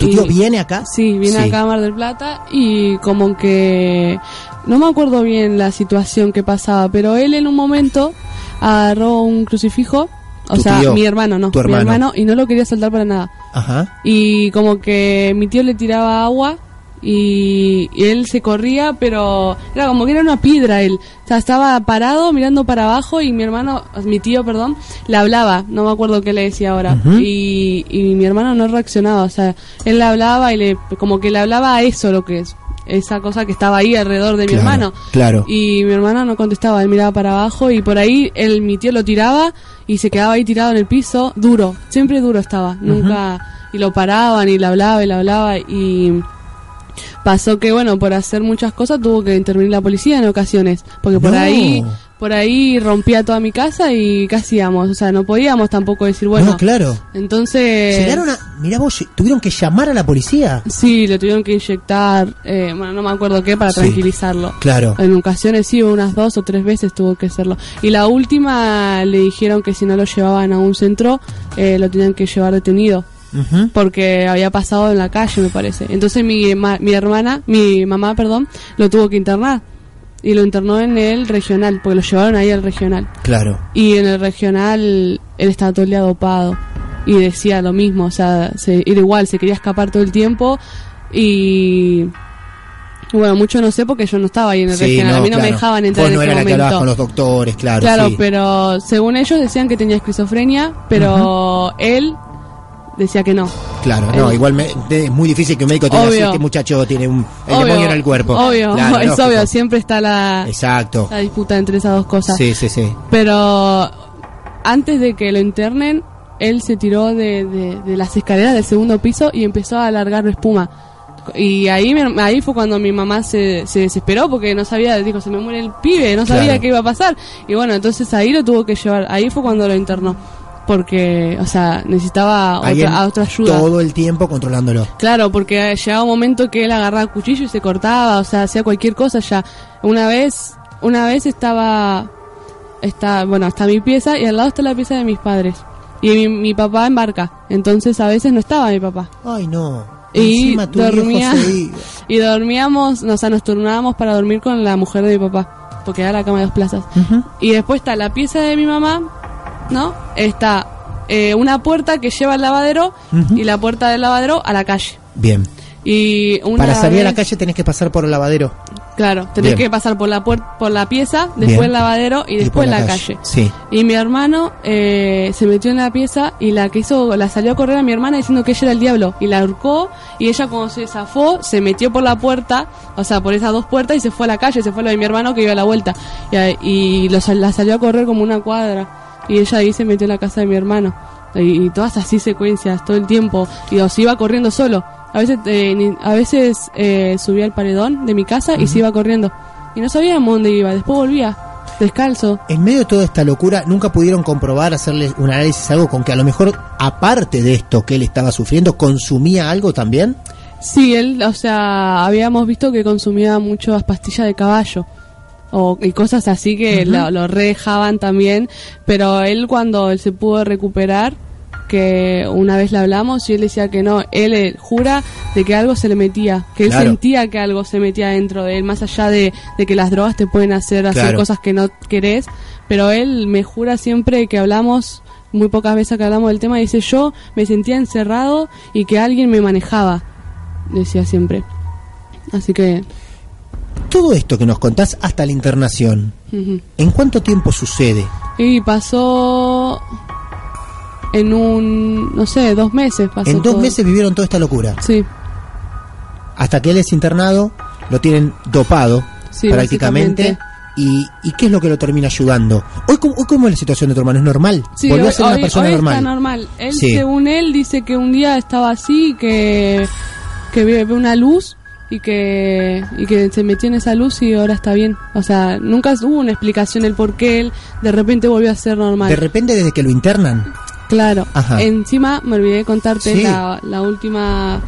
Speaker 4: ¿Tu
Speaker 7: y-
Speaker 4: tío viene acá?
Speaker 7: Sí, vine acá a Mar del Plata y como que no me acuerdo bien la situación que pasaba, pero él en un momento agarró un crucifijo, o
Speaker 4: Tu
Speaker 7: sea,
Speaker 4: tío,
Speaker 7: mi hermano, no,
Speaker 4: tu
Speaker 7: mi
Speaker 4: hermano.
Speaker 7: hermano y no lo quería saltar para nada.
Speaker 4: Ajá.
Speaker 7: Y como que mi tío le tiraba agua y, y él se corría, pero era como que era una piedra él. O sea, estaba parado mirando para abajo y mi hermano, mi tío, perdón, le hablaba, no me acuerdo qué le decía ahora.
Speaker 4: Ujú.
Speaker 7: y, y mi hermano no reaccionaba, o sea, él le hablaba y le, como que le hablaba a eso lo que es. Esa cosa que estaba ahí alrededor de mi
Speaker 4: Claro,
Speaker 7: hermano.
Speaker 4: claro.
Speaker 7: Y mi hermano no contestaba, él miraba para abajo y por ahí él, mi tío lo tiraba y se quedaba ahí tirado en el piso, duro, siempre duro estaba, nunca... Y lo paraban y le hablaba y le hablaba y pasó que, bueno, por hacer muchas cosas tuvo que intervenir la policía en ocasiones, porque por
Speaker 4: No.
Speaker 7: ahí... Por ahí rompía toda mi casa y casi íbamos, o sea, no podíamos tampoco decir, bueno, eh,
Speaker 4: no, claro.
Speaker 7: entonces...
Speaker 4: Llegaron a... Mirá vos, tuvieron que llamar a la policía.
Speaker 7: Sí, le tuvieron que inyectar, eh, bueno, no me acuerdo qué, para
Speaker 4: Sí.
Speaker 7: tranquilizarlo.
Speaker 4: Claro.
Speaker 7: En ocasiones sí, unas dos o tres veces tuvo que hacerlo. Y la última le dijeron que si no lo llevaban a un centro, eh, lo tenían que llevar detenido.
Speaker 4: Ujú.
Speaker 7: Porque había pasado en la calle, me parece. Entonces mi, ma- mi hermana, mi mamá, perdón, lo tuvo que internar. Y lo internó en el regional, porque lo llevaron ahí al regional.
Speaker 4: Claro.
Speaker 7: Y en el regional él estaba todo el día dopado y decía lo mismo, o sea, se, era igual, se quería escapar todo el tiempo y bueno, mucho no sé porque yo no estaba ahí en el
Speaker 4: Sí,
Speaker 7: regional, a mí no
Speaker 4: claro.
Speaker 7: me dejaban entrar
Speaker 4: Vos
Speaker 7: en
Speaker 4: no
Speaker 7: ese
Speaker 4: era la que hablabas
Speaker 7: momento.
Speaker 4: con los doctores, claro.
Speaker 7: claro,
Speaker 4: sí.
Speaker 7: pero según ellos decían que tenía esquizofrenia, pero él decía que no.
Speaker 4: Claro, no,
Speaker 7: El-
Speaker 4: igual me- de- es muy difícil que un médico te diga
Speaker 7: Obvio.
Speaker 4: "Sí, este muchacho tiene un el demonio en el cuerpo.
Speaker 7: Obvio,
Speaker 4: Claro,
Speaker 7: es
Speaker 4: lógico.
Speaker 7: obvio, siempre está la,
Speaker 4: Exacto.
Speaker 7: la disputa entre esas dos cosas.
Speaker 4: Sí, sí, sí.
Speaker 7: Pero antes de que lo internen, él se tiró de, de- de las escaleras del segundo piso y empezó a alargar espuma. Y ahí me- ahí fue cuando mi mamá se, se desesperó porque no sabía, dijo, se me muere el pibe, no sabía
Speaker 4: Claro.
Speaker 7: qué iba a pasar. Y bueno, entonces ahí lo tuvo que llevar, ahí fue cuando lo internó. Porque, o sea, necesitaba
Speaker 4: Alguien
Speaker 7: otra, a otra ayuda.
Speaker 4: Todo el tiempo controlándolo.
Speaker 7: Claro, porque llegaba un momento que él agarraba cuchillo y se cortaba, o sea, hacía cualquier cosa ya. Una vez, una vez estaba, está, bueno, está mi pieza y al lado está la pieza de mis padres. Y mi, mi papá embarca, entonces a veces no estaba mi papá.
Speaker 4: Ay, no.
Speaker 7: Y
Speaker 4: Encima tu
Speaker 7: dormía,
Speaker 4: viejo se iba.
Speaker 7: y dormíamos, o sea, nos turnábamos para dormir con la mujer de mi papá, porque era la cama de dos plazas.
Speaker 4: Ujú.
Speaker 7: Y después está la pieza de mi mamá, ¿no? Está eh, una puerta que lleva al lavadero
Speaker 4: Ujú.
Speaker 7: y la puerta del lavadero a la calle.
Speaker 4: Bien.
Speaker 7: Y una
Speaker 4: Para salir a la
Speaker 7: vez-
Speaker 4: calle tenés que pasar por el lavadero.
Speaker 7: Claro, tenés
Speaker 4: Bien.
Speaker 7: que pasar por la puer- por la pieza, después
Speaker 4: Bien.
Speaker 7: el lavadero y después
Speaker 4: por
Speaker 7: la, calle.
Speaker 4: Sí.
Speaker 7: Y mi hermano eh, se metió en la pieza y la que hizo, la salió a correr a mi hermana diciendo que ella era el diablo. Y la ahorcó y ella cuando se zafó, se metió por la puerta, o sea, por esas dos puertas y se fue a la calle, se fue a lo de mi hermano que iba a la vuelta. Y, a- y lo sal- la salió a correr como una cuadra. Y ella ahí se metió en la casa de mi hermano. Y, y todas así secuencias, todo el tiempo. Y o se iba corriendo solo. A veces, eh, ni- a veces eh, subía al paredón de mi casa y se iba corriendo. Y no sabíamos dónde iba, después volvía, descalzo.
Speaker 4: En medio de toda esta locura, nunca pudieron comprobar, hacerle un análisis, algo con que a lo mejor, aparte de esto que él estaba sufriendo, consumía algo también.
Speaker 7: Sí, él, o sea, habíamos visto que consumía muchas pastillas de caballo o, y cosas así que lo, lo re dejaban también, pero él cuando él se pudo recuperar, que una vez le hablamos y él decía que no, él eh, jura de que algo se le metía, que él
Speaker 4: Claro.
Speaker 7: sentía que algo se metía dentro de él, más allá de, de que las drogas te pueden hacer hacer
Speaker 4: Claro.
Speaker 7: cosas que no querés, pero él me jura siempre que hablamos muy pocas veces que hablamos del tema, dice yo me sentía encerrado y que alguien me manejaba decía siempre. Así que...
Speaker 4: Todo esto que nos contás hasta la internación,
Speaker 7: ujú.
Speaker 4: ¿en cuánto tiempo sucede?
Speaker 7: Y pasó en un, no sé, dos meses. Pasó
Speaker 4: en dos
Speaker 7: todo.
Speaker 4: meses vivieron toda esta locura.
Speaker 7: Sí,
Speaker 4: Hasta que él es internado, lo tienen dopado
Speaker 7: Sí,
Speaker 4: prácticamente.
Speaker 7: básicamente.
Speaker 4: Y, ¿Y qué es lo que lo termina ayudando? Hoy, ¿cómo, hoy cómo es la situación de tu hermano? ¿Es normal?
Speaker 7: sí
Speaker 4: ¿Volvió
Speaker 7: hoy,
Speaker 4: a ser una
Speaker 7: hoy-
Speaker 4: persona
Speaker 7: hoy
Speaker 4: normal?
Speaker 7: está normal. Él,
Speaker 4: Sí.
Speaker 7: según él, dice que un día estaba así, que, que ve ve una luz y que, y que se metió en esa luz y ahora está bien. O sea, nunca hubo una explicación el por qué él de repente volvió a ser normal.
Speaker 4: De repente, desde que lo internan,
Speaker 7: Claro.
Speaker 4: Ajá.
Speaker 7: Encima me olvidé de contarte
Speaker 4: Sí.
Speaker 7: la, la última.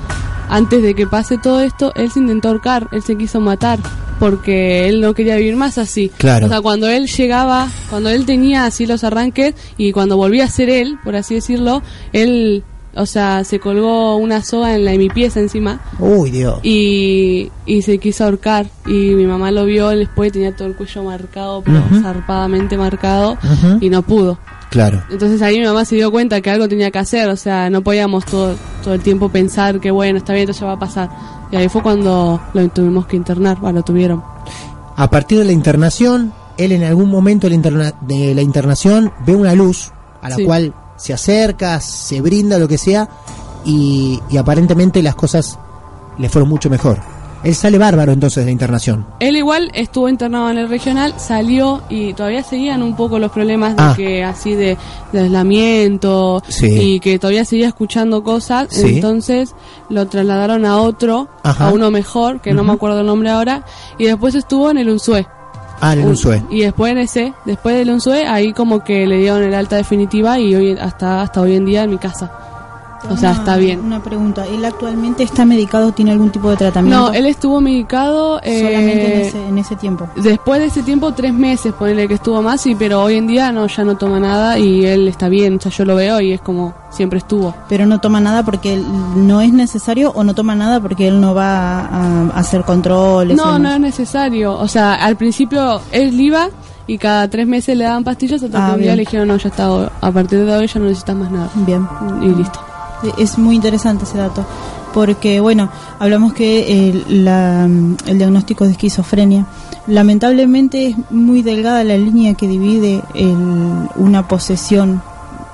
Speaker 7: Antes de que pase todo esto, él se intentó ahorcar, él se quiso matar porque él no quería vivir más así.
Speaker 4: Claro.
Speaker 7: O sea, cuando él llegaba, cuando él tenía así los arranques y cuando volvía a ser él, por así decirlo, él, o sea, se colgó una soga en la en mi pieza encima
Speaker 4: uy Dios,
Speaker 7: y, y se quiso ahorcar y mi mamá lo vio después tenía todo el cuello marcado, pero
Speaker 4: Ujú.
Speaker 7: zarpadamente marcado
Speaker 4: Ujú.
Speaker 7: y no pudo.
Speaker 4: claro.
Speaker 7: Entonces ahí mi mamá se dio cuenta que algo tenía que hacer, o sea, no podíamos todo, todo el tiempo pensar que bueno, está bien, esto ya va a pasar. Y ahí fue cuando lo tuvimos que internar, bueno, lo tuvieron.
Speaker 4: A partir de la internación, él en algún momento de la, interna- de la internación ve una luz a la
Speaker 7: Sí.
Speaker 4: cual se acerca, se brinda, lo que sea, y, y aparentemente las cosas le fueron mucho mejor. Él sale bárbaro entonces de la internación.
Speaker 7: Él igual estuvo internado en el regional, salió y todavía seguían un poco los problemas de
Speaker 4: Ah.
Speaker 7: que así de, de aislamiento
Speaker 4: Sí.
Speaker 7: y que todavía seguía escuchando cosas,
Speaker 4: Sí.
Speaker 7: entonces lo trasladaron a otro,
Speaker 4: Ajá.
Speaker 7: a uno mejor, que no me acuerdo el nombre ahora, y después estuvo en el UNSUE.
Speaker 4: Ah, en el
Speaker 7: Un-
Speaker 4: Unzué.
Speaker 7: Y después en ese, después del Unsue, ahí como que le dieron el alta definitiva y hoy hasta hasta hoy en día en mi casa. O sea,
Speaker 5: Una-
Speaker 7: está bien.
Speaker 5: Una pregunta, ¿él actualmente está medicado? ¿Tiene algún tipo de tratamiento?
Speaker 7: No, él estuvo medicado eh,
Speaker 5: solamente en ese, en ese tiempo.
Speaker 7: después de ese tiempo tres meses, ponerle que estuvo más y pero hoy en día no ya no toma nada y él está bien, o sea, yo lo veo y es como siempre estuvo.
Speaker 5: Pero no toma nada porque él no es necesario o no toma nada porque él no va a, a hacer controles. o
Speaker 7: No, no es
Speaker 5: demás?
Speaker 7: necesario. O sea, al principio él iba y cada tres meses le daban pastillas hasta
Speaker 5: Ah,
Speaker 7: que un día
Speaker 5: bien.
Speaker 7: le dijeron no, ya está, a partir de hoy ya no necesitas más nada
Speaker 5: Bien.
Speaker 7: y listo.
Speaker 5: Es muy interesante ese dato, porque bueno, hablamos que el, la- el diagnóstico de esquizofrenia, lamentablemente es muy delgada la línea que divide el- una posesión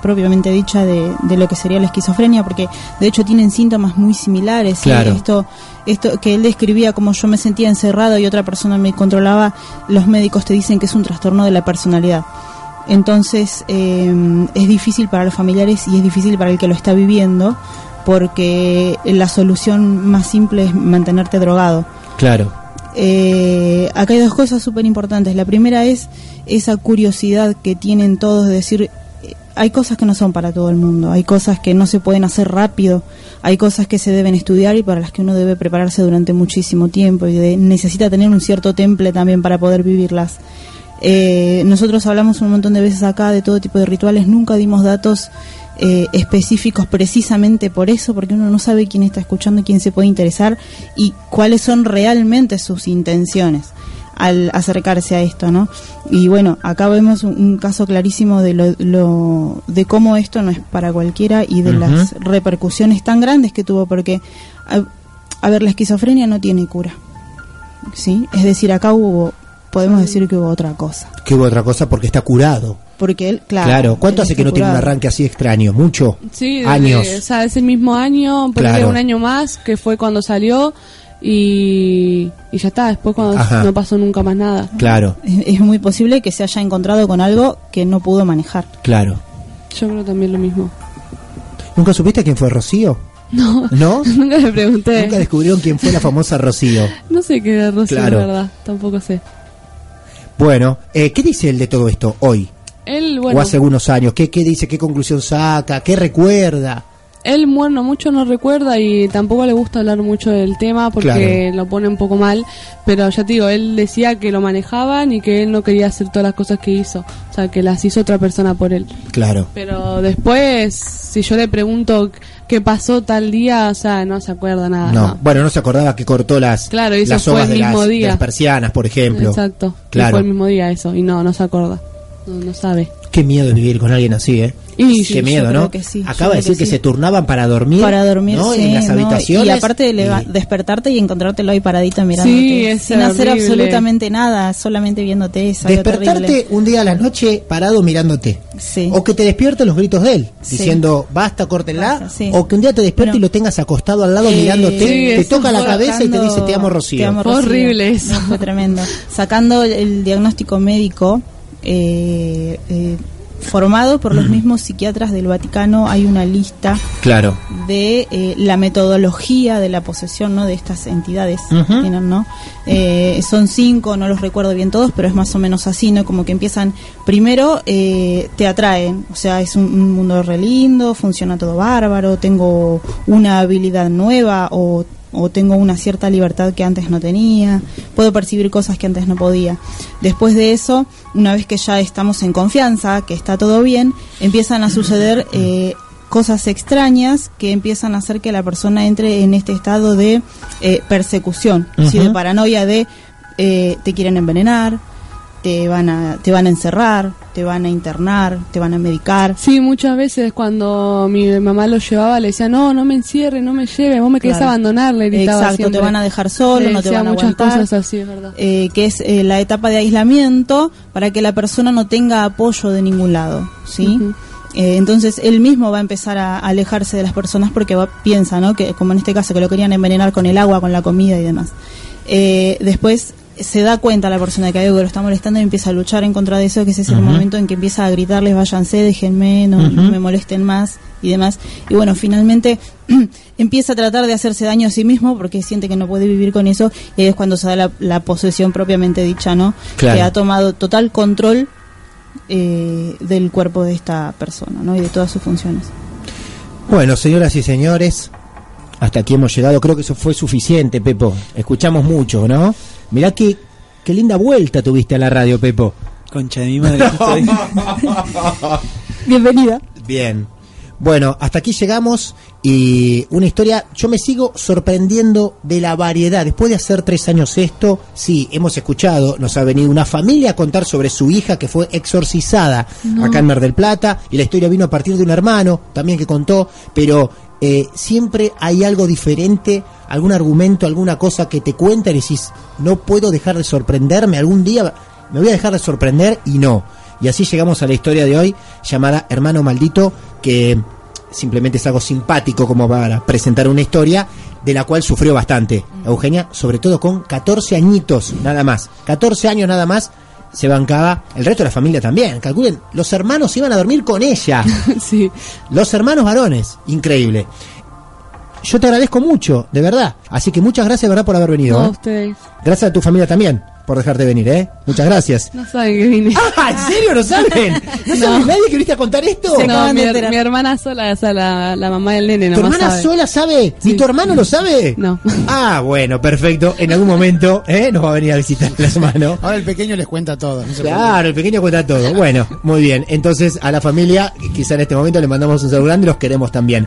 Speaker 5: propiamente dicha de, de lo que sería la esquizofrenia, porque de hecho tienen síntomas muy similares. ¿sí?
Speaker 4: Claro.
Speaker 5: Esto, esto que él describía como yo me sentía encerrado y otra persona me controlaba, los médicos te dicen que es un trastorno de la personalidad. Entonces eh, es difícil para los familiares y es difícil para el que lo está viviendo porque la solución más simple es mantenerte drogado.
Speaker 4: Claro.
Speaker 5: Eh, acá hay dos cosas súper importantes. La primera es esa curiosidad que tienen todos de decir, eh, hay cosas que no son para todo el mundo, hay cosas que no se pueden hacer rápido, hay cosas que se deben estudiar y para las que uno debe prepararse durante muchísimo tiempo y de- necesita tener un cierto temple también para poder vivirlas. Eh, nosotros hablamos un montón de veces acá de todo tipo de rituales, nunca dimos datos eh, específicos precisamente por eso, porque uno no sabe quién está escuchando, quién se puede interesar y cuáles son realmente sus intenciones al acercarse a esto, ¿no? Y bueno, acá vemos un, un caso clarísimo de lo, lo- de cómo esto no es para cualquiera y de
Speaker 4: Ujú.
Speaker 5: las repercusiones tan grandes que tuvo, porque a- a ver, la esquizofrenia no tiene cura ¿sí? Es decir, acá hubo, podemos decir que hubo otra cosa.
Speaker 4: Que hubo otra cosa porque está curado.
Speaker 5: Porque él, claro.
Speaker 4: Claro. ¿Cuánto
Speaker 5: él
Speaker 4: hace
Speaker 5: está
Speaker 4: que no tiene un
Speaker 5: curado.
Speaker 4: arranque así extraño? ¿Mucho?
Speaker 7: Sí, desde-
Speaker 4: Años.
Speaker 7: O sea, es el mismo año, porque
Speaker 4: Claro.
Speaker 7: un año más, que fue cuando salió, y, y ya está, después cuando
Speaker 4: Ajá.
Speaker 7: no pasó nunca más nada.
Speaker 4: Claro,
Speaker 5: Es, es muy posible que se haya encontrado con algo que no pudo manejar.
Speaker 4: claro.
Speaker 7: Yo creo también lo mismo.
Speaker 4: ¿Nunca supiste quién fue Rocío?
Speaker 7: No,
Speaker 4: ¿No?
Speaker 7: nunca le pregunté.
Speaker 4: Nunca descubrieron quién fue la famosa Rocío.
Speaker 7: No sé qué era Rocío,
Speaker 4: Claro.
Speaker 7: la verdad, tampoco sé.
Speaker 4: Bueno, eh, ¿qué dice él de todo esto hoy?
Speaker 7: Él, bueno,
Speaker 4: O hace algunos años. ¿Qué, ¿Qué dice? ¿Qué conclusión saca? ¿Qué recuerda?
Speaker 7: él bueno, mucho no recuerda y tampoco le gusta hablar mucho del tema porque lo pone un poco mal, pero ya te digo, él decía que lo manejaban y que él no quería hacer todas las cosas que hizo, o sea, que las hizo otra persona por él.
Speaker 4: Claro.
Speaker 7: Pero después, si yo le pregunto qué pasó tal día, o sea, no se acuerda nada.
Speaker 4: no.
Speaker 7: Ah, no.
Speaker 4: Bueno, no se acordaba que cortó las,
Speaker 7: Claro, y eso
Speaker 4: las
Speaker 7: fue
Speaker 4: hojas
Speaker 7: el
Speaker 4: de las,
Speaker 7: mismo
Speaker 4: de
Speaker 7: día.
Speaker 4: las persianas, por ejemplo.
Speaker 7: Exacto. Y
Speaker 4: Claro.
Speaker 7: Fue el mismo día eso, y no, no se acuerda. No, no sabe.
Speaker 4: Qué miedo es vivir con alguien así, ¿eh?
Speaker 7: Y
Speaker 5: Sí,
Speaker 4: Qué
Speaker 5: yo
Speaker 4: miedo,
Speaker 5: creo
Speaker 4: ¿no?
Speaker 5: que sí, yo
Speaker 4: Acaba de
Speaker 5: creo
Speaker 4: decir que,
Speaker 5: que sí.
Speaker 4: se turnaban para dormir.
Speaker 5: Para dormir,
Speaker 4: ¿no?
Speaker 5: sí,
Speaker 4: En las
Speaker 5: ¿no?
Speaker 4: habitaciones.
Speaker 5: Y aparte de leva-
Speaker 4: Y-
Speaker 5: despertarte y encontrártelo ahí paradito mirándote.
Speaker 7: Sí, es
Speaker 5: sin hacer
Speaker 7: horrible.
Speaker 5: absolutamente nada, solamente viéndote. Es algo
Speaker 4: Despertarte
Speaker 5: terrible.
Speaker 4: un día a la noche parado mirándote.
Speaker 5: Sí.
Speaker 4: O que te despierten los gritos de él,
Speaker 5: Sí.
Speaker 4: diciendo basta, córtenla.
Speaker 5: Basta, sí.
Speaker 4: o que un día te despierte
Speaker 5: Bueno.
Speaker 4: y lo tengas acostado al lado
Speaker 5: Eh,
Speaker 4: mirándote,
Speaker 7: sí,
Speaker 4: te
Speaker 7: eso
Speaker 4: toca la
Speaker 7: fue
Speaker 4: cabeza y te
Speaker 5: Sacando-
Speaker 4: dice te amo Rocío.
Speaker 5: te amo,
Speaker 7: Fue
Speaker 5: Rocío.
Speaker 7: horrible
Speaker 5: No,
Speaker 7: eso.
Speaker 5: fue tremendo. Sacando el diagnóstico médico eh, eh, formado por los mismos psiquiatras del Vaticano, hay una lista
Speaker 4: Claro,
Speaker 5: de eh, la metodología de la posesión ¿no? de estas entidades
Speaker 4: Ujú.
Speaker 5: que tienen, ¿no? Eh, son cinco, no los recuerdo bien todos, pero es más o menos así, ¿no? Como que empiezan, primero eh, te atraen, o sea, es un, un mundo re lindo, funciona todo bárbaro, tengo una habilidad nueva o, o tengo una cierta libertad que antes no tenía, puedo percibir cosas que antes no podía. Después de eso, una vez que ya estamos en confianza, que está todo bien, empiezan a suceder... eh, cosas extrañas que empiezan a hacer que la persona entre en este estado de eh, persecución, ¿sí? de paranoia de eh, te quieren envenenar, te van a te van a encerrar, te van a internar, te van a medicar.
Speaker 7: Sí, muchas veces cuando mi mamá lo llevaba le decía, no, no me encierre, no me lleve, vos me querés
Speaker 5: Claro.
Speaker 7: abandonar, le gritaba
Speaker 5: Exacto,
Speaker 7: siempre.
Speaker 5: te van a dejar solo,
Speaker 7: Le
Speaker 5: no te
Speaker 7: decía
Speaker 5: van a
Speaker 7: muchas
Speaker 5: aguantar.
Speaker 7: cosas así, es verdad.
Speaker 5: eh, que es eh, la etapa de aislamiento para que la persona no tenga apoyo de ningún lado, ¿sí?
Speaker 7: Ujú.
Speaker 5: Eh, entonces él mismo va a empezar a alejarse de las personas porque va- piensa, ¿no? Que como en este caso que lo querían envenenar con el agua, con la comida y demás. Eh, después se da cuenta la persona que algo que lo está molestando y empieza a luchar en contra de eso, que ese es el momento en que empieza a gritarles, váyanse, déjenme, no, no me molesten más y demás. Y bueno, finalmente empieza a tratar de hacerse daño a sí mismo porque siente que no puede vivir con eso y ahí es cuando se da la, la posesión propiamente dicha, ¿no?
Speaker 4: Claro.
Speaker 5: Que ha tomado total control eh, del cuerpo de esta persona, ¿no? Y de todas sus funciones.
Speaker 4: Bueno, señoras y señores, hasta aquí hemos llegado. Creo que eso fue suficiente, Pepo. Escuchamos mucho, ¿no? Mirá qué, qué linda vuelta tuviste a la radio, Pepo.
Speaker 6: Concha de mi madre. yo estoy-
Speaker 5: Bienvenida.
Speaker 4: Bien. Bueno, hasta aquí llegamos y una historia, yo me sigo sorprendiendo de la variedad. Después de hacer tres años esto, sí, hemos escuchado, nos ha venido una familia a contar sobre su hija que fue exorcizada acá en Mar del Plata y la historia vino a partir de un hermano también que contó, pero eh, siempre hay algo diferente, algún argumento, alguna cosa que te cuentan y decís, no puedo dejar de sorprenderme, algún día me voy a dejar de sorprender y no. Y así llegamos a la historia de hoy llamada Hermano Maldito, que simplemente es algo simpático como para presentar una historia de la cual sufrió bastante Eugenia, sobre todo con 14 añitos nada más. 14 años nada más se bancaba el resto de la familia también. Calculen, los hermanos iban a dormir con ella.
Speaker 7: sí.
Speaker 4: Los hermanos varones, increíble. Yo te agradezco mucho, de verdad. Así que muchas gracias, de verdad, por haber venido.
Speaker 7: No,
Speaker 4: ¿eh?
Speaker 7: ustedes
Speaker 4: Gracias a tu familia también por dejarte venir, ¿eh? Muchas gracias.
Speaker 7: no saben que vine.
Speaker 4: ¡Ah! ¿En serio no saben? ¿No, sabe nadie que viste a contar esto?
Speaker 5: Se
Speaker 7: No,
Speaker 5: acaban
Speaker 7: mi,
Speaker 5: de
Speaker 7: her-
Speaker 5: enterar.
Speaker 7: mi hermana sola, o sea, la, la mamá del nene,
Speaker 4: ¿Tu
Speaker 7: nomás
Speaker 4: hermana
Speaker 7: sabe.
Speaker 4: sola sabe? ¿Ni
Speaker 7: Sí.
Speaker 4: tu hermano lo sabe?
Speaker 7: No.
Speaker 4: Ah, bueno, perfecto. En algún momento ¿eh? nos va a venir a visitar el hermano.
Speaker 8: Ahora el pequeño les cuenta todo. no se
Speaker 4: Claro, el pequeño cuenta todo. Bueno, muy bien. Entonces, a la familia, quizá en este momento le mandamos un saludo grande y los queremos también.